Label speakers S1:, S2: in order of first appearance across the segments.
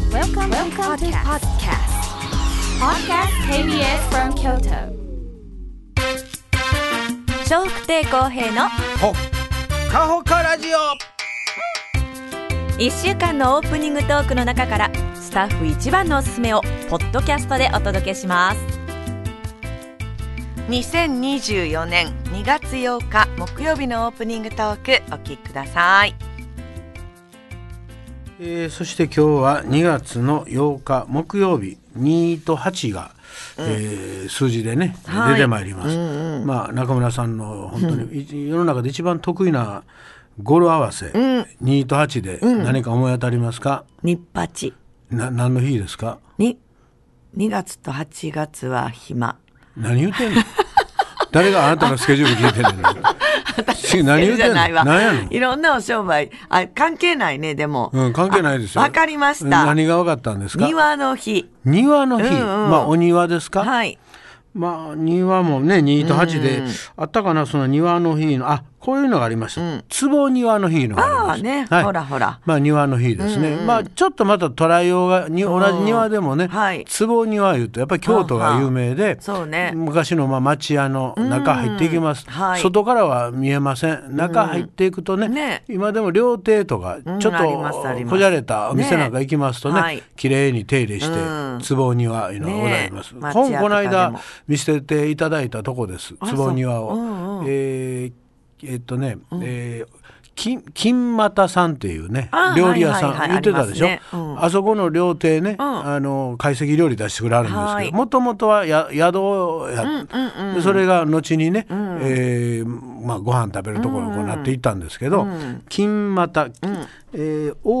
S1: Welcome, to
S2: Welcome to
S1: podcast.
S2: Podcast KBS from Kyoto.
S1: 笑福亭公平の
S3: ほっかほかラジオ
S1: 1週間のオープニングトークの中からスタッフ一番のおすすめをポッドキャストでお届けします
S4: 2024年2月8日木曜日のオープニングトークお聞きください
S3: えーそして今日は2月の8日木曜日2と8が、えー数字でね、
S4: はい
S3: 出てまいります、まあ中村さんの本当に、い世の中で一番得意な語呂合わせ、2と8で何か思い当たりますか、
S4: 日八
S3: な何の日ですか
S4: に2月と8月は暇
S3: 何言ってんの誰があなたのスケジュール聞いてるの何言
S4: じ
S3: って
S4: ゃ
S3: んの
S4: ないわ
S3: 何やの
S4: いろんなお商売あ関係ないねでも
S3: うん、関係ないですよ。
S4: あわかりました
S3: 何がわかったんですか
S4: 庭の日
S3: 庭の日、
S4: うんうん
S3: まあお庭ですか、
S4: はい
S3: まあ庭もね2と8で、あったかなその庭の日のあこういうのがありました、壺庭の日のがありま
S4: ああ
S3: す
S4: ね、
S3: はい
S4: ほらほら
S3: まあ庭の日ですね、まあちょっとまた捉えようがに同じ庭でもね、
S4: はい
S3: 壺庭いうとやっぱり京都が有名で、
S4: そうね
S3: 昔のまあ町屋の中入っていきます、
S4: うんはい
S3: 外からは見えません中入っていくとね,、
S4: うんね
S3: 今でも料亭とか
S4: うん
S3: ちょっ
S4: あ
S3: と
S4: りますあります
S3: こじゃれたお店なんか行きますとね
S4: ねはい
S3: 綺麗に手入れして、
S4: うん
S3: 壺庭いうのがございます、
S4: ね
S3: 本この
S4: 町屋とかで
S3: 間
S4: も
S3: 見せていただいたとこです
S4: あ
S3: 壺庭を、
S4: そううんうん
S3: えーえっとね、えー金金又さんっていうね
S4: あ
S3: 料理屋さん、
S4: はいはいはい
S3: 言ってたでしょあ,、
S4: ありますねうん
S3: そこの料亭ね、
S4: ん
S3: あの懐石料理出してくれはるんです
S4: は
S3: け
S4: い
S3: どもともとはや宿や、でそれが後にね、えーまあ、ご飯食べるところにこうなっていったんですけど、金又、えー大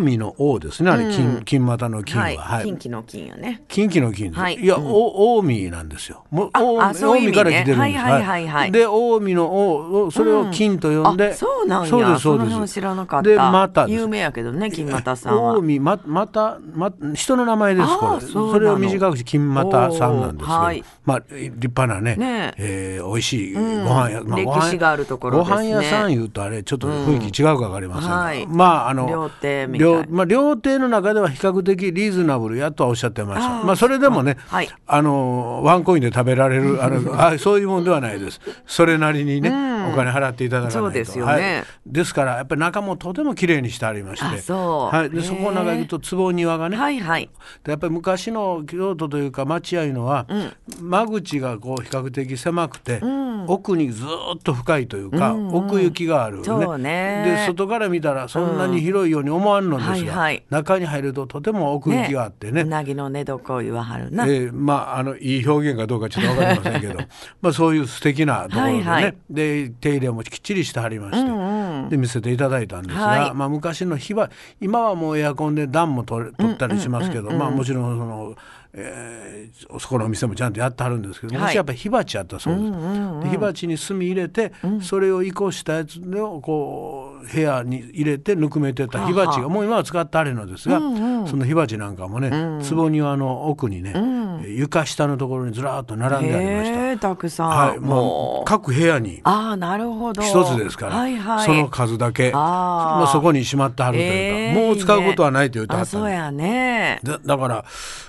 S3: 近江の王ですねあれ金,、金又の金は、
S4: はい、
S3: はい
S4: 近畿の金よね
S3: 近畿の金です、、
S4: はいい
S3: や、お近江なんですよ。もう
S4: あ
S3: 近江
S4: あそういう意味ね
S3: から来てるんです。
S4: はいはいはいはい
S3: で近江の王をそれを金と呼んで、
S4: あそうなんや
S3: そうですそうで
S4: の辺
S3: す。
S4: を知らなかった
S3: でまたです
S4: 有名やけどね金又さんは
S3: 近江ままたま人の名前です
S4: あー
S3: これ
S4: そうな
S3: そ
S4: の
S3: れを短くして金又さんなんですけど、
S4: おーはい
S3: まあ立派なね
S4: ね
S3: えー美味しいご飯屋、まあ、ご飯
S4: 歴史があるところですね
S3: ご飯屋さんいうとあれちょっと雰囲気違うかわかりませんが、
S4: はい
S3: まああの
S4: 料亭みたいな
S3: 料まあ、料亭の中では比較的リーズナブルやとはおっしゃってました
S4: あー
S3: まあそれでもね、
S4: はい
S3: あのワンコインで食べられる あのあそういうもんではないですそれなりにね、お金払っていただかないと
S4: そうですよね
S3: はい、ですからやっぱり中もとても綺麗にしてありまして
S4: あそう
S3: はい、
S4: へ
S3: で
S4: ー
S3: そこの中行くと壺庭がね、
S4: はいはい
S3: でやっぱり昔の京都というか町屋いうのは、間口がこう比較的狭くて、奥にずーっと深いというか、奥行きがある、ね
S4: そうね
S3: で外から見たらそんなに広いように思わんのですが、
S4: うんはいはい
S3: 中に入るととても奥行きがあってね
S4: うなぎの寝床を言わはるな、
S3: えーまああのいい表現かどうかちょっとわかりません けどまあそういう素敵なところでね、
S4: はいはい
S3: で手入れもきっちりしてはりまして、で見せていただいたんですが、
S4: はい
S3: まあ、昔の日は今はもうエアコンで暖も取れ取ったりしますけど、まあ、もちろんその、えーそこのお店もちゃんとやってはるんですけど、
S4: はい
S3: 昔やっぱり火鉢やったそうです。で火鉢に炭入れて、それを移行したやつをこう部屋に入れてぬくめてた火鉢がもう今は使ってあるのですが、その火鉢なんかもね、壺庭の奥にね、床下のところにずらーっと並んでありました。
S4: へえたくさん、
S3: はい、も
S4: も
S3: う
S4: う
S3: 各部屋に
S4: ああなるほど
S3: 一つですから、
S4: はいはい、
S3: その数だけ
S4: あー
S3: まあ、そこにしまってはるというか、
S4: えー
S3: もう使うことはないと言うては
S4: あ
S3: ったん
S4: そ
S3: で
S4: うやね
S3: だだから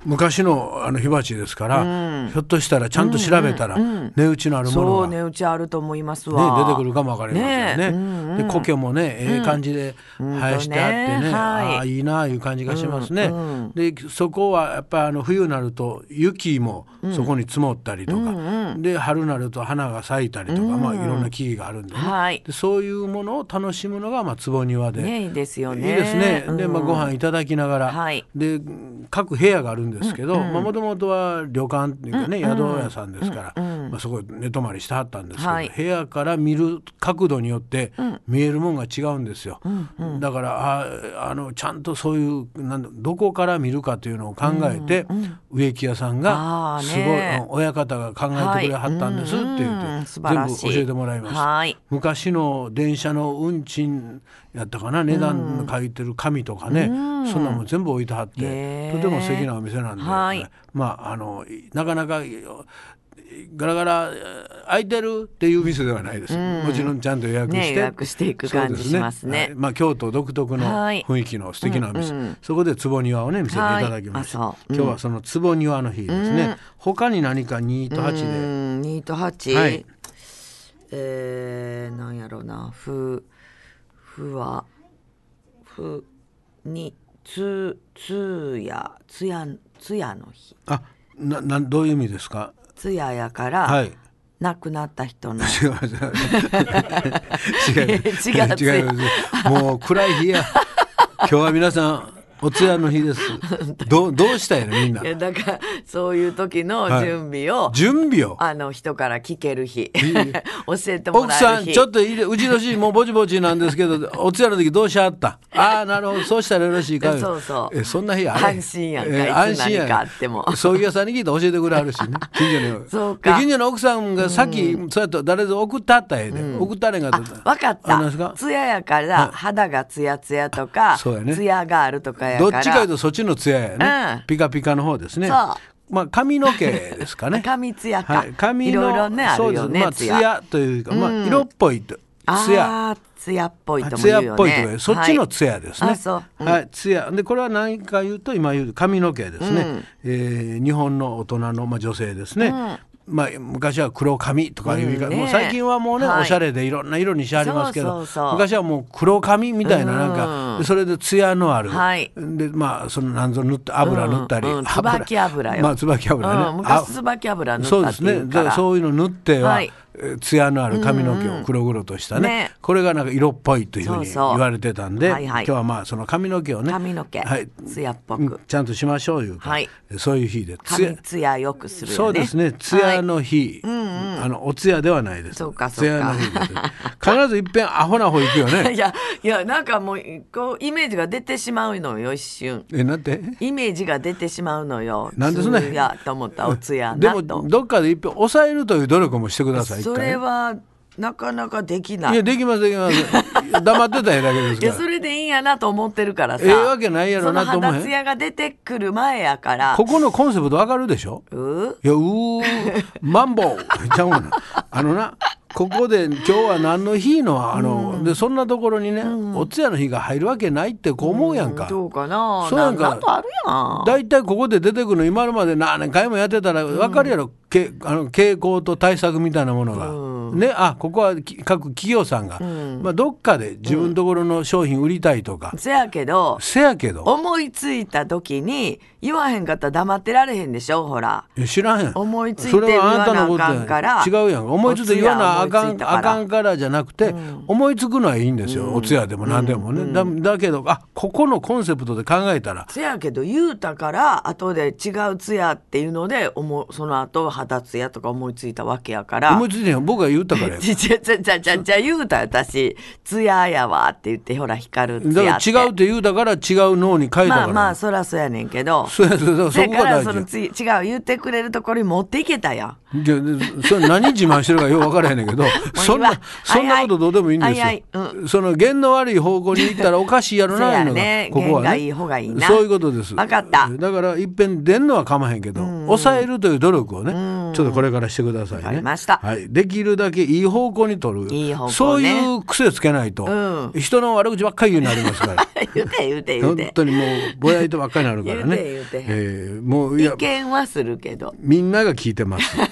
S3: 昔のあの火鉢ですから、ひょっとしたらちゃんと調べたら、値打ちのあるもの
S4: そ
S3: が
S4: う値打ちあると思います
S3: ね
S4: わ、、
S3: 出てくるかもわかりませんね。
S4: ねうんうん
S3: で苔もねええ感じで生やしてあってね,、
S4: うんとねはい
S3: ああいいなあいう感じがしますね。でそこはやっぱりあの冬になると雪もそこに積もったりとか、で春になると花が咲いたりとか、まあ、いろんな木々があるんで,、ね
S4: はい
S3: でそういうものを楽しむのが、まあ、壺庭で。
S4: ねいいですよ
S3: いい
S4: ね
S3: ですね。で、まあ、ご
S4: うん
S3: 飯いただきながら、
S4: はい
S3: で、各部屋があるんですけど、まあ、もともとは旅館っていうかね、宿屋さんですから。まあ、そこで寝泊まりしてはったんですけど、
S4: はい
S3: 部屋から見る角度によって、見えるもんが違うんですよ。だから、あ、あの、ちゃんとそういう、なんだどこから見るかというのを考えて。植木屋さんが、
S4: あー
S3: す
S4: ね
S3: ごい、うん親方が考えてくれはったんですって言って、
S4: はいうん素晴
S3: 全
S4: ら
S3: 部
S4: しい
S3: 教えてもらいました。
S4: はい
S3: 昔の電車の運賃やったかな値段の書いてる紙とかね、そんなもん全部置いてはって、
S4: へー
S3: とても素敵なお店なんで、
S4: はい
S3: まああのなかなかガラガラ空いてるっていう店ではないです、もちろんちゃんと予約して、
S4: ね予約していく感じ
S3: そうですね
S4: しますね
S3: はいまあ、京都独特の
S4: はい
S3: 雰囲気の素敵なお店、
S4: うんうん
S3: そこで壺庭をね見せていただきました、
S4: はいあそううん
S3: 今日はその壺庭の日ですね、他に何か2と
S4: う
S3: 8で
S4: ん2と8、
S3: はい
S4: えー、なんやろうな「ふ」「ふは」「ふ」に「つ」「つや」「つや」「つやの日」
S3: あななどういう意味ですか
S4: 「つや」やから、
S3: はい
S4: 亡くなった人 の
S3: 違う違う違う
S4: 違う
S3: 違うもう暗い日 や今日は皆さんお通夜の日ですどうどうしたいのみんない
S4: やだからそういう時の
S3: はい
S4: 準備を、
S3: 準備を
S4: あの人から聞ける日 教えても
S3: 奥
S4: らえ
S3: さ
S4: る
S3: ん
S4: 日
S3: ちょっといいでうちのシ ーンもうぼちぼちなんですけどお通夜の時どうしはったああなるほどそうしたらよろしいか
S4: そうそう
S3: えそんな日あれ
S4: 安心やんかいつ何かあっても
S3: 葬儀屋さんに聞いて教えてくれはるしね 近所の
S4: そうか
S3: で近所の奥さんがさっきそうやったら誰ぞ送ったったらええで、送ったれんかったら
S4: わかっ
S3: あ何です
S4: た
S3: か
S4: つややから、肌がつやつやとか
S3: そうやね
S4: つやがあるとかやか
S3: ど
S4: ら
S3: っちかいうとそっちの艶やね、
S4: うん
S3: ピカピカの方ですね
S4: そう
S3: まあ髪の毛ですかね
S4: 髪艶か
S3: はい、髪の
S4: いろいろねあるよね
S3: そうですまあ
S4: 艶
S3: 艶というか、まあ色っぽいと艶
S4: あーつやっぽいとも言う
S3: 艶っ
S4: よね
S3: ぽいとかそっちの艶ですね、
S4: あそうう
S3: はい艶でこれは何か言うと今言う髪の毛ですね、えー日本の大人の、まあ、女性ですね、まあ、昔は黒髪とかいう言い方、
S4: うんね
S3: もう最近はもうね、
S4: はい
S3: おしゃれでいろんな色にしてありますけど
S4: そうそうそう
S3: 昔はもう黒髪みたいななんか、
S4: うん
S3: それで艶のある、
S4: はい
S3: でまあそのなんぞ塗って油塗ったり、
S4: うんうん椿油よ
S3: まあ椿油ね、
S4: うん、
S3: あ
S4: 昔椿油塗っ
S3: そう
S4: た
S3: で
S4: って
S3: す
S4: い
S3: ね
S4: う
S3: だ
S4: か
S3: から
S4: ら
S3: そういうの塗っては、
S4: はい
S3: えー艶のある髪の毛を黒々としたね,、
S4: ね
S3: これがなんか色っぽいというふう
S4: そう
S3: に言
S4: そう
S3: われてたんで
S4: はいはい
S3: 今日はまあその髪の毛をね
S4: 髪の毛、
S3: はい、
S4: 艶っぽ
S3: うん
S4: く
S3: ちゃんとしましょういうか、
S4: はい
S3: そういう日で艶
S4: 髪つやよくするよね
S3: そうですね艶の日、あのお艶ではないです
S4: そうかそう
S3: 艶の
S4: か
S3: 日です必ずいっぺんアホな方行くよ
S4: はい、い
S3: ね
S4: やいやなんかもうこうイメージが出てしまうのよ一瞬
S3: えなんて
S4: イメージが出てしまうのよ
S3: なんでそんな
S4: つやと思ったおつや
S3: で
S4: な
S3: も
S4: と
S3: どっかでいっぺん抑えるという努力もしてください一回
S4: それはなかなかできないい
S3: やできますできます黙ってたらええだけです
S4: い
S3: から
S4: やそれでいいんやなと思ってるからさ
S3: ええわけないやろなと思う
S4: その肌ツヤが出てくる前やから
S3: ここのコンセプトわかるでしょ
S4: う
S3: いやうーマンボウ ちゃうがなあのなここで今日は何の日のあの、でそんなところにね、お通夜の日が入るわけないってこう思うやんか。
S4: どうかな
S3: そうやんか
S4: ななんかあるやん
S3: だいたいここで出てくるの今まで何回もやってたら分かるやろ、けあの傾向と対策みたいなものが、ねあここはき各企業さんが、まあ、どっかで自分ところの商品売りたいとか、
S4: そやけど
S3: せやけど
S4: 思いついた時に言わへんかったら黙ってられへんでしょほら
S3: いや知らへん
S4: 思いついて
S3: それはあんたの
S4: 言わ
S3: こと
S4: なあかんから
S3: 違うやん思いついて言わな
S4: お
S3: あか
S4: 通夜思いつい
S3: ん
S4: たから
S3: あかんからじゃなくて、思いつくのはいいんですよ、お通夜でも何でもね、だだけどあここのコンセプトで考えたら
S4: そやけど言うたから後で違うツヤっていうので思うその後肌ツヤとか思いついたわけやから
S3: 思いついてんやん僕が言っ たからや
S4: ちちゃちゃちゃちゃちゃ言うたよ私ツヤやわって言ってほら光るツヤ
S3: だ
S4: っ
S3: か
S4: て
S3: ら違うって言うたから違う脳に書いたから、
S4: まあまあそらそうやねんけど
S3: そうやそうやそ
S4: だ
S3: こ
S4: か
S3: が
S4: ら
S3: 大
S4: その
S3: 事
S4: つい違う言ってくれるところに持っていけたやん
S3: じゃあそれ何自慢してるかよう分からへんねん けど
S4: わ
S3: そんなそんなことどうでもいいんですよ、
S4: はいはいうん
S3: その弦の悪い方向に行ったらおかしいや
S4: そ
S3: ろ
S4: う
S3: な
S4: や
S3: いのが、
S4: ね
S3: ここはね
S4: 弦がいい方がいいな
S3: そういうことです
S4: わかった
S3: だからいっぺん出んのはかまへんけど、抑えるという努力をね、ちょっとこれからしてくださいね
S4: わかりました
S3: はい、できるだけいい方向に取る
S4: いい方向ね
S3: そういう癖つけないと、
S4: う
S3: 人の悪口ばっかり言うようになりますから
S4: 言うて言うて 言う
S3: 本
S4: て
S3: 当にもうぼやいとばっかりになるからね
S4: 言うて言うて
S3: えーもうい
S4: 意
S3: や
S4: 見はするけど
S3: みんなが聞いてます。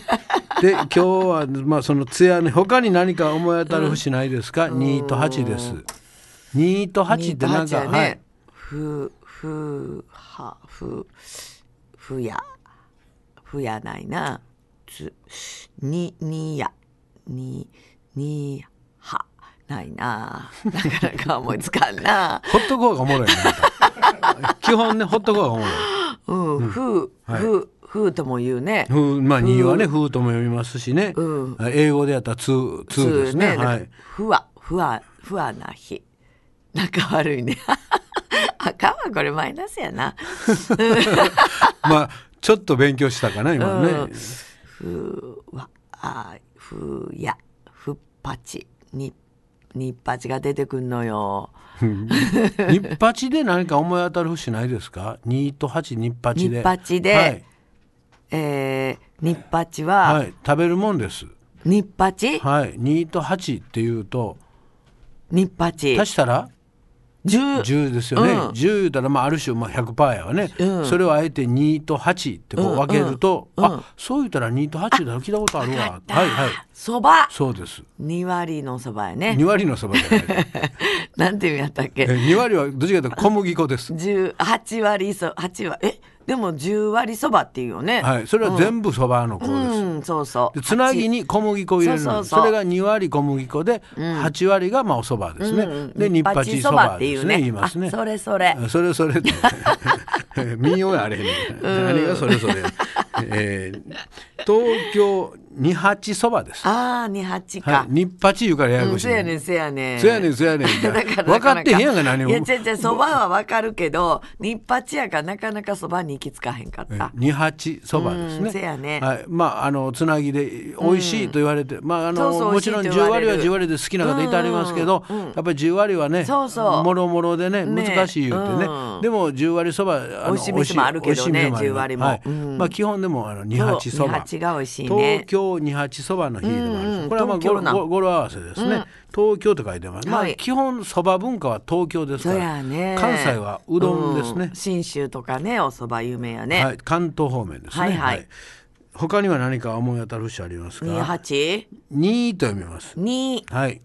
S3: で今日はまあその艶の他に何か思い当たる節ないですか、二と八です。二と八ってなん
S4: 28
S3: か、
S4: や
S3: は
S4: ね
S3: い。
S4: ふふはふふやふやないなつににやににはないな なかなか思いつかんな
S3: ほっとこうがおもろい な。基本ねほっとこうがおもろい。
S4: うんふ
S3: はい
S4: ふふとも言うね
S3: ふうまあ二はねふうとも読みますしね。
S4: うん
S3: 英語でやったらツーツーですね。
S4: だから
S3: はい。
S4: ふわふわふわな日 仲悪いね あかんわこれマイナスやな
S3: まあちょっと勉強したかな今ね。
S4: うんふわあふやふっぱちににっぱちが出てくんのよ
S3: ニッパチで何か思い当たる節ないですか。二と八ニッパチ
S4: に
S3: で。
S4: っぱちで、
S3: はい
S4: えーニッパチは、
S3: はい、食べるもんです。
S4: ニッパチ、
S3: はい、2と8っていうと
S4: ニッパチ、
S3: 足したら
S4: 十、
S3: 10ですよね、
S4: うん
S3: 10言うたら、まあ、ある種まあ100%やわね、
S4: うん
S3: それをあえて2と8ってこう分けると、
S4: うんうんうん
S3: あそう言ったら2と8だ聞いたことあるわはいはい
S4: そば、
S3: そうです
S4: 二割のそばやね
S3: 2。割のそばじゃない です
S4: なんていうんやったっ
S3: え
S4: け。
S3: 2割はどっちかというと小麦粉です
S4: 十八割そ八割えでも十割そばっていうよね。
S3: はいそれは全部そばの粉です、
S4: うんそうそう。
S3: でつなぎ
S4: に
S3: に小麦粉を入れるの
S4: そう
S3: そ
S4: そうそう
S3: れが2割小麦粉で、8割がまあおそばですね、
S4: うん
S3: で日八そば
S4: 日八そば
S3: ですね
S4: っていうね
S3: 言いますね
S4: あそれそれ
S3: それそれって 民謡やあれへん、何がそれ それ、えー東京二八そばです、
S4: ああ二八か。
S3: はい、日八言うからやや
S4: う
S3: こ
S4: ん、
S3: しい、
S4: せやねんせやねん。
S3: せやねんせやねん
S4: だから
S3: 分かってへんやんか何
S4: いや
S3: を
S4: 違う違うそばは分かるけど日八やからなかなかそばに行きつかへんかった、
S3: 二八そばです
S4: うん
S3: ね。
S4: せやね
S3: はい、まああのつなぎで美味しいと言われて、まああ
S4: そ
S3: の
S4: うそう
S3: もちろん
S4: 美味
S3: 十
S4: しいと言われ
S3: 割
S4: る
S3: は十割で好きな方いたりますけど、やっぱり十割はね、
S4: そうそう
S3: もろもろでね
S4: ね
S3: 難しい言うてね。
S4: うん
S3: でも十割そばあの
S4: 美味しい店もあるけどね
S3: 美味しい店もあります
S4: 十割も
S3: はい
S4: うん
S3: まあ基本でもあの二
S4: そう
S3: 八そば。
S4: 二八が美味しいね
S3: 東京二八そばの日でもあるんです
S4: うんうん
S3: これはまあ
S4: 東
S3: 語
S4: 京な
S3: 呂
S4: ん
S3: 語呂合わせですね。東京と書いてます。
S4: は
S3: ま
S4: い
S3: あ基本そば文化は東京です
S4: そ
S3: から。
S4: やね
S3: 関西はうどんですね。
S4: 信州とかねおそば有名やね、
S3: はい、関東方面ですね。
S4: はいはい
S3: 他には何か思い当たる節あります
S4: 二
S3: か。
S4: 八
S3: 二と読みます。
S4: 二
S3: はい。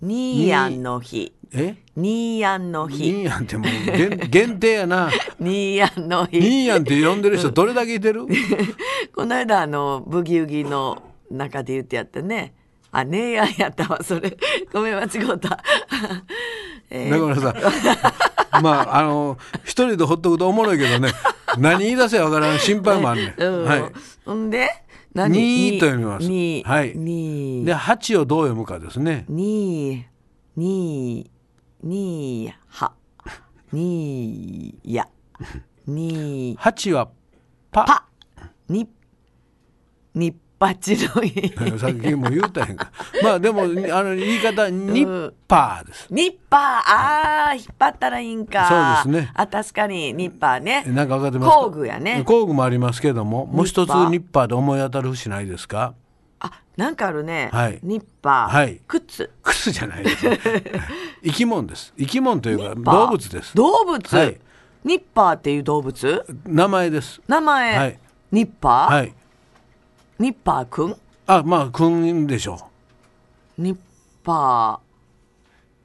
S4: 二やんの日
S3: え？
S4: 二やんの日
S3: 二やんってもう限限定やな。
S4: 二やんの日
S3: 二やんって呼んでる人どれだけいてる？
S4: この間あのブギウギの中で言ってやってねあねえやんやったわそれごめん間違った、 え
S3: だ
S4: ー
S3: から さ、まああの一人でほっとくとおもろいけどね、何言い出せわからん心配もあんねん。
S4: うん
S3: は
S4: ほんで
S3: にーと読みます
S4: にー
S3: はいい。
S4: に
S3: で
S4: ー
S3: 八をどう読むかですね。
S4: にーにーにーはにーやにー
S3: 八はパ。
S4: ぱににっぱちの い
S3: さっきも言うたやんか。まあでもあの言い方ニッパーです。
S4: ニッパーあー引っ張ったらいいんか
S3: そうですね
S4: あ確かにニッパーね
S3: なんか分かってますか
S4: 工具やね
S3: 工具もありますけども、もう一つ
S4: ニッパー
S3: ニッパーで思い当たる節ないですか
S4: あなんかあるね、
S3: はい
S4: ニッパー、
S3: はい
S4: 靴
S3: 靴じゃないです ね。生き物です。生き物というか
S4: パー
S3: 動物です。
S4: 動物、
S3: はい
S4: ニッパーっていう動物
S3: 名前です。
S4: 名前、
S3: はい
S4: ニッパー、
S3: はい。
S4: ニッパーくん
S3: あ、まあ、くんでしょ
S4: ニッパ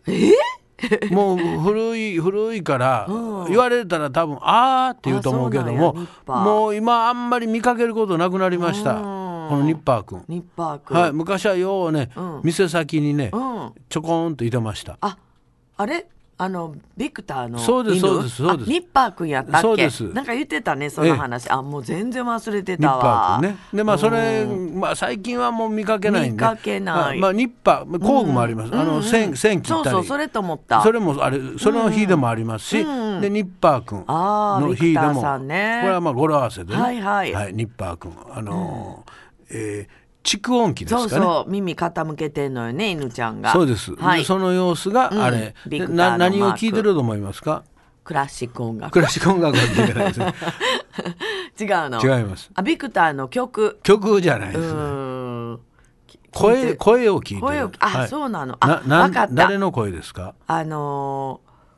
S3: う。もう古い、古いから、言われたら多分、あーって言うと思うけど
S4: あそう
S3: も
S4: なんやニッ、パー
S3: もう今あんまり見かけることなくなりました。
S4: うん
S3: このニッパーくん
S4: ー。ニッパーくん、
S3: はい、昔はようね、店先にね、
S4: うん
S3: ちょこんといてました。
S4: ああれあのビクターの犬
S3: そうですそうですそうです
S4: あニッパーくんやったっけ
S3: そうです
S4: なんか言ってたねその話、あもう全然忘れて
S3: ニ
S4: た
S3: ッパー
S4: わ
S3: 君ね。でまあそれ、
S4: うん
S3: まあ、最近はもう見かけないんで
S4: 見かけない
S3: まあまあ、ニッパー工具もあります、あの線線切
S4: そ
S3: っ
S4: う
S3: たり
S4: そうそれと思った
S3: それもあれその日でもありますし、でニッパー君
S4: あー
S3: の日で
S4: ビクターさ
S3: も、
S4: んね
S3: これはまあ語呂合わせでね、
S4: はいはい
S3: ニッパー君あのー、えー蓄音機ですか
S4: そ
S3: ね
S4: うそう耳傾けてんのよね犬ちゃんが
S3: そうです、
S4: は
S3: で
S4: い
S3: その様子があれ、
S4: うん
S3: で
S4: ビクターの
S3: な何を
S4: マーク
S3: 聞いてると思いますか
S4: クラシック音楽
S3: クラシック音楽は聞いてないです ね
S4: 違うの
S3: 違います
S4: あビクターの曲
S3: 曲じゃないで
S4: う
S3: すね
S4: ーん聞い
S3: 声
S4: て
S3: 声を聞いてる
S4: 声をあ、
S3: はい
S4: そうなの
S3: な
S4: あ
S3: な
S4: わかった
S3: 誰の声ですか
S4: あのー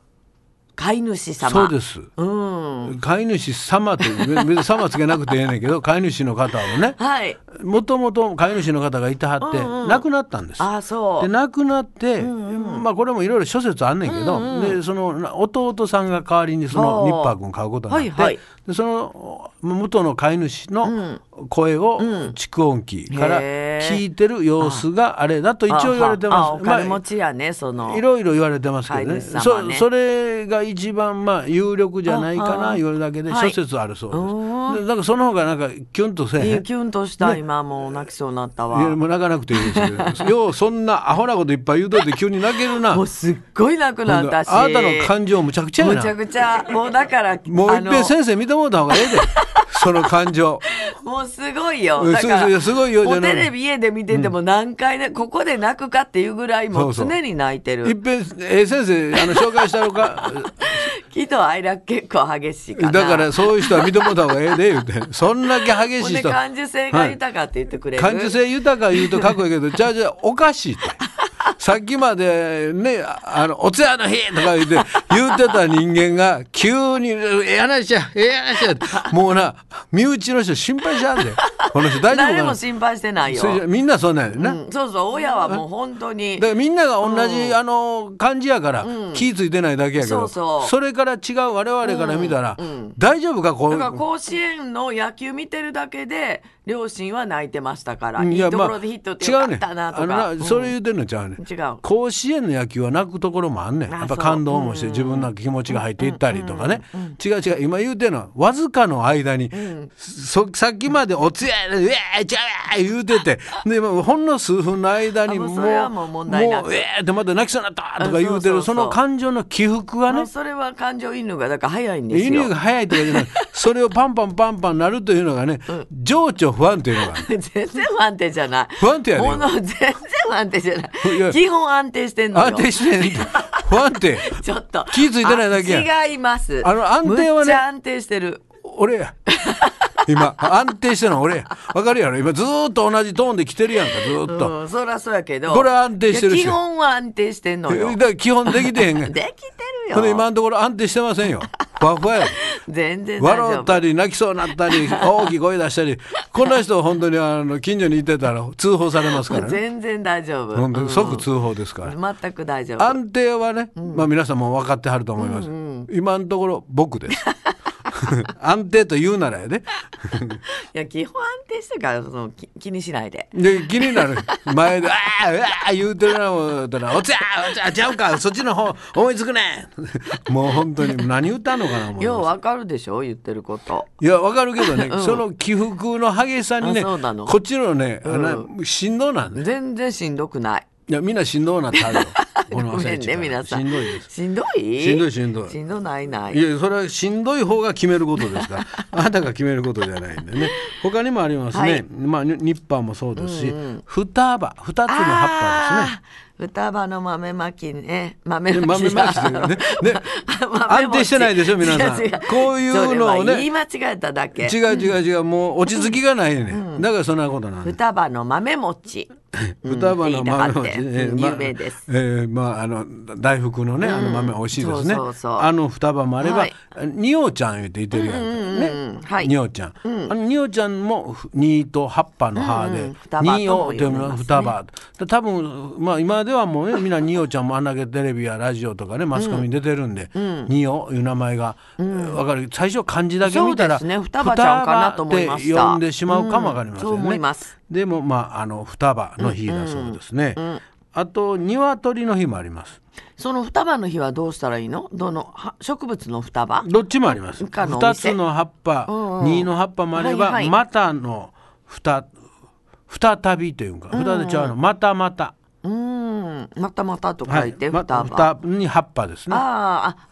S4: 飼い主様
S3: そうです。
S4: うん
S3: 飼い主様って別に様つけなくてええねん けど飼い主の方もね
S4: はい
S3: もともと飼い主の方がいてはって、亡くなったんです。
S4: あそ
S3: で
S4: う
S3: 亡くなって、まあ、これもいろいろ諸説あんねんけど、でそのな弟さんが代わりにそ
S4: あ
S3: の
S4: ー
S3: ニッパー君買うことになって、
S4: はいはい
S3: でその元の飼い主の声を蓄音機から
S4: へー
S3: 聞いてる様子があれだと一応言われて
S4: ああ
S3: ま
S4: お
S3: す。
S4: 金持
S3: あ
S4: ちやねその
S3: いろいろ言われてますけ
S4: 飼
S3: どね
S4: い主様
S3: そ
S4: ね
S3: それが一番まあ有力じゃないか
S4: あは
S3: な言われるだけで
S4: はい
S3: 諸説あるそう
S4: う
S3: です。でなんかその方がなんかキュンとせえへ
S4: い
S3: ん
S4: やキュンとした、今もう泣きそうになった
S3: いや
S4: わ
S3: もう泣かなくていいですけ どようそんなアホなこといっぱい言うといて急に泣けるな
S4: もうすっごい泣くな
S3: ほんで
S4: ったし
S3: あなたの感情むちゃくちゃや
S4: むちゃ
S3: な
S4: くちゃもうだから
S3: もういっ
S4: あの
S3: ぺん先生見てもうた方がええで その感情
S4: もうすごいよ
S3: うん
S4: だから
S3: すごいすごいよじ
S4: も
S3: ゃ
S4: う
S3: ない
S4: テレビ家で見てても何回ね、ここで泣くかっていうぐらいもう
S3: そうそう
S4: 常に泣いてる
S3: いっぺんええ先生あの紹介したろか
S4: 聞喜怒哀楽結構激しいかな。
S3: だからそういう人は認めた方がええで言うてそんだけ激
S4: ほん
S3: しい
S4: で
S3: 人
S4: 感受性が豊かって言ってくれる。
S3: 感受性豊か言うとかっこいい けどじゃあじゃあおかしいってさっきまでねああの「お通夜の日!」とか言って言ってた人間が急に「ええ話やええ話や」もうな身内の人心配しちゃうんだよこの人大丈夫
S4: 誰
S3: か
S4: も
S3: な
S4: 心配してないよ
S3: そ。れじゃみんなそうなんやな、
S4: うんそうそう、親はもう本当に。
S3: だからみんなが同じ、あの感じやから、気ぃ付いてないだけやけど
S4: そうそう
S3: れから違う我々から見たら、大丈夫かこう
S4: だから甲子園の野球見てるだけで両親は泣いてましたから、いい
S3: や
S4: ところでヒットってよかったなと
S3: 違うねん
S4: か、
S3: あの
S4: うん
S3: なそれ言うてんのちゃうねん、
S4: 違う
S3: 甲子園の野球は泣くところもあんねん
S4: あ
S3: やっ
S4: そ
S3: ぱ
S4: う
S3: 感動もして自分の気持ちが入っていったりとかね、違う違う今言うてんのはわずかの間に、そさっきまで「おつやうえーちゃうえー」言う ててでもうほんの数分の間に
S4: あもう
S3: もう
S4: それはもう問題なく
S3: もうえーってまた泣きそうになったとか
S4: あ
S3: 言うて
S4: そうそうそう
S3: るその感情の起伏が
S4: あ
S3: ね
S4: のそれは感情移入がだから早いんですよ。
S3: 犬が速いとかじゃないそれをパンパンパンパンなるというのがね、情緒不安というのがある
S4: 全然不安定じゃない。
S3: 不安定やね
S4: もの全然不安定じゃない
S3: や
S4: い。基本安定してんのよ。
S3: 安定してん不安定
S4: ちょっと。
S3: 気付いてないだけや
S4: あ違います。
S3: あの安定はね
S4: むっちゃ安定してる。
S3: 俺や今安定してるの俺やわかるやろ今ずーっと同じトーンで来てるやんかずーっと、
S4: うん、そらそうやけど。
S3: これは安定してるし
S4: いや基本は安定してんのよ
S3: だ。から基 本できてへん が
S4: できてる
S3: ほんで
S4: よ。
S3: 今のところ安定してませんよふわふわやで
S4: 全然 大丈
S3: 笑
S4: 夫。
S3: ったり泣きそうになっ たり大きい声出したりこんな人本当にあの近所にいてたら通報されますからね
S4: 全然大丈夫。
S3: 本当に
S4: うん
S3: 即通報ですから、
S4: 全く大丈夫。
S3: 安定はね、まあ皆さんも分かってはると思います、今のところ僕 です安定と言うならやね
S4: いや基本安定してるからそのき気にしないで。
S3: で気になる 前で「ああうわあ」言うてるな思ったら「おつやおつやちゃうかそっちの方思いつくねん」もう本当に何歌うのかな思い
S4: よう
S3: ます
S4: わかるでしょ言ってること。
S3: いやわかるけどね、その起伏の激しさにね
S4: あそうなの
S3: こっちのね、あのしんどうなんね
S4: 全然しんどくない。
S3: いやみんなしんどうなってはるよこの
S4: ご
S3: 朝
S4: めん
S3: 一
S4: ね
S3: から
S4: 皆さん。
S3: しんどいです
S4: しんどい。
S3: しんどいしんどい
S4: しんどないないい。
S3: やそれはしんどい方が決めることですからあなたが決めることじゃないんでね他にもありますね、
S4: はい
S3: まあ、ニニッパーもそうですし、双葉2つの葉っぱですね
S4: あー双葉の豆まきね豆
S3: で
S4: まき
S3: 豆まきという ねね安定してないでしょ皆さんこういうのをね
S4: 言い間違えただけ
S3: 違う違う違うもう落ち着きがないね、だからそんなことなんです
S4: 双葉の豆餅
S3: 双葉の豆
S4: うん
S3: 餅、
S4: って言いたかったうん
S3: えまあ
S4: 有名です
S3: えーまああの大福のね、あの豆美味しいですね。
S4: そうそうそう
S3: あの双葉もあれば、
S4: はい
S3: におちゃん言って言ってるやんか、
S4: うん
S3: ね、
S4: はい
S3: におちゃん、あのにおちゃんもふにと葉っぱの葉
S4: うんうん
S3: で、
S4: 双葉とも
S3: におって読み
S4: 呼び
S3: ま
S4: ますすね
S3: 双葉。で多分まあ今ではもうねみんなにおちゃんもあんだけテレビやラジオとかねマスコミに出てるんで、においう名前が、わかる最初漢字だけ見たら、
S4: そうですね双葉ちゃんかなと思いました
S3: 双葉って呼んでしまうかもわかりませんね。
S4: うんそう思います
S3: でもまああの双葉の日だそうですね。あと鶏の日もあります。
S4: その双葉の日はどうしたらいいのどのは植物の双葉
S3: どっちもあります。
S4: 以下のお店
S3: 二つの葉っぱ、
S4: うんうん
S3: 二の葉っぱもあれば、
S4: はいはい
S3: またの二再びというか、二でちゃうの、またまた。
S4: うーんまたまたと書
S3: はい
S4: て
S3: ま
S4: 双葉、
S3: 双に葉っぱですね。
S4: あ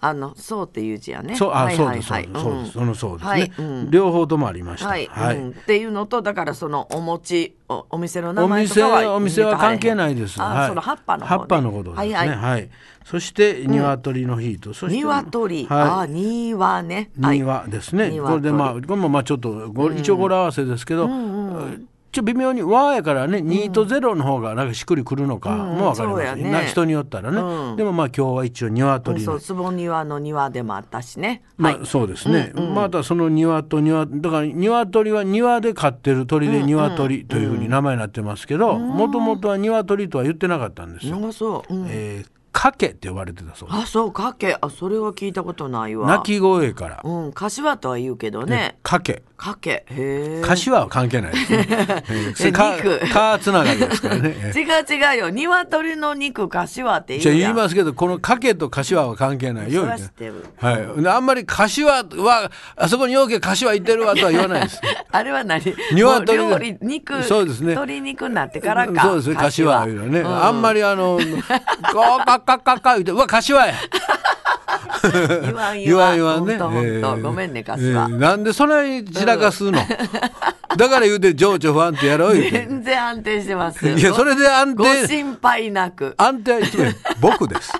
S4: ーああのそうっていう字やね
S3: そうあ、
S4: はい
S3: そう
S4: は
S3: で
S4: い
S3: すそ
S4: は
S3: う
S4: い
S3: ですそうですそのそうですね、
S4: はいうん
S3: 両方ともありました。
S4: はい、うんっていうのとだからそのお餅おお店の名
S3: お
S4: 前と
S3: 店
S4: かは
S3: はお店は関係ないです。
S4: あー
S3: はい
S4: その葉っぱの方ね
S3: 葉っぱのことですね。
S4: は
S3: はいい、
S4: はい
S3: そして鶏の日と、そして
S4: 鶏、ああ
S3: はい。
S4: 庭ね
S3: 庭ですね。
S4: 鶏
S3: これでまあこれもまあちょっとご一応語呂合わせですけど、ちょっと微妙に和やからね、2と0の方がなんかしっくりくるのかもわかり
S4: そう
S3: ま
S4: や
S3: す、
S4: ね
S3: な人によったらね。でもまあ今日は一応
S4: うん
S3: 鶏
S4: そ
S3: の
S4: う坪庭の庭でもあったしね、はい
S3: まあそうですね、またその庭と庭だから鶏は庭で飼ってる鳥で鶏というふうに名前になってますけどもともとは鶏とは言ってなかったんですよ。
S4: なんかそう、うん
S3: えー、かけって呼ばれてたそうです
S4: あそうかけあそれは聞いたことないわ
S3: 鳴き声から、
S4: うん柏とは言うけどね
S3: かけ
S4: かけへえ
S3: 柏は関係ないで すね、えーそれか
S4: 肉
S3: かつながりですか らね、えー
S4: 違う違うよ鶏の肉柏って
S3: じゃ
S4: 言
S3: あ
S4: うや
S3: 言
S4: ん
S3: いますけどこのかけと柏は関係ないよ、
S4: それは
S3: み
S4: 知ったて
S3: い
S4: る
S3: なはい、であんまり柏はあそこにようけ柏行ってるわとは言わないです
S4: あれは何
S3: 鶏で
S4: もう料理肉
S3: そうですね
S4: 鶏肉になってからか
S3: そうですね、柏いうのね、あんま
S4: り
S3: り あの、カッカッカッカッカ言って、うわ、柏や。
S4: 言わん
S3: 言わん言わん
S4: ね
S3: ね。
S4: ほんとほんと
S3: えー
S4: ごめんね柏
S3: えーなんでそない散らかすの。だから言うて情緒不安定やろ言う て
S4: 全然安定してますよ
S3: いやそれで安
S4: ご
S3: 定
S4: 心配なく
S3: 安定はいつもよ僕です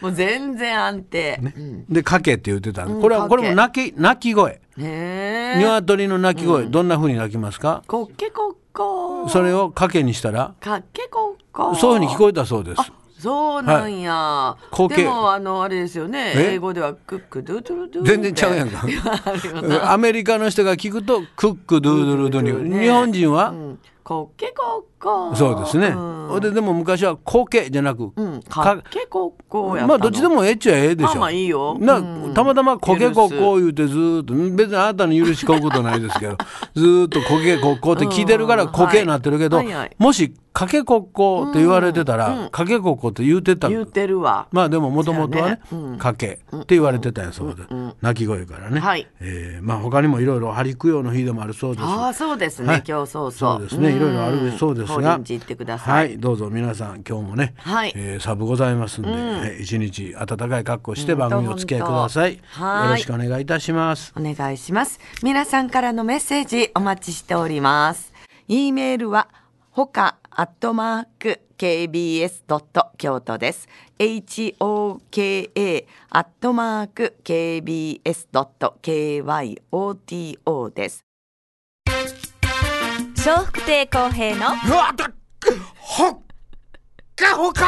S4: もう全然安定、
S3: で「かけ」って言ってたんでこれ
S4: う
S3: は
S4: ん
S3: これも鳴き鳴き声
S4: へえ
S3: 鶏の鳴き声どんな風に鳴きますか
S4: こっけこっこ
S3: それを「かけ」にしたら
S4: かっけこっこ
S3: そういう風に聞こえたそうです
S4: そうなんや。
S3: 後継
S4: でもあのあれですよね。
S3: え
S4: 英語ではクックドゥドゥルドゥ。
S3: 全然ちゃうやんか
S4: あるよな。
S3: アメリカの人が聞くと「クックドゥードゥルドゥ
S4: ね
S3: ニ日本人は、
S4: うんコッケコッコ。
S3: そうですね、
S4: うん
S3: ででも昔は「コケ」じゃなく「
S4: うん。かっけこっこやったの。
S3: まあどっちでもええっちゃええでしょ
S4: まあまあいいよ
S3: な
S4: うん
S3: たまたま「コケコ
S4: 許
S3: ッ
S4: す
S3: コ」言うてずーっと別にあなたに許しこうことないですけど ずーっと「コケコッコ」って聞いてるか
S4: う
S3: ら
S4: ん
S3: 「コケ」になってるけど、
S4: はいはいはい
S3: もし「かけコッコ」って言われてた
S4: うんう
S3: ら
S4: ん
S3: 「かけコッコ」って言うてた
S4: 言ってるわ。
S3: まあでももともとはね
S4: そうやねうん
S3: 「かけ」って言われてたんやそうで鳴き声からね、
S4: はい
S3: えーまあ他にもいろいろ「張り供養の日」でもあるそうです
S4: ああそうです
S3: は
S4: ね
S3: い。
S4: 今日そうそ。
S3: そううですね。
S4: ん
S3: いろいろあるそうです
S4: 法
S3: が。
S4: 輪寺行ってくだ
S3: は
S4: さい。
S3: い、どうぞ皆さん今日もね、
S4: はい
S3: えーサブございますんで、えー一日暖かい格好して番組お付き合いください。よ
S4: ほんとほんとはい
S3: ろしくお願いいたします。
S4: お願いします。皆さんからのメッセージお待ちしております。e メールはほかアットマーク kbs ドット京都です。h o k a アットマーク kbs ドット k y o t o です。
S1: 笑福亭公平の
S5: うわだっほっかほか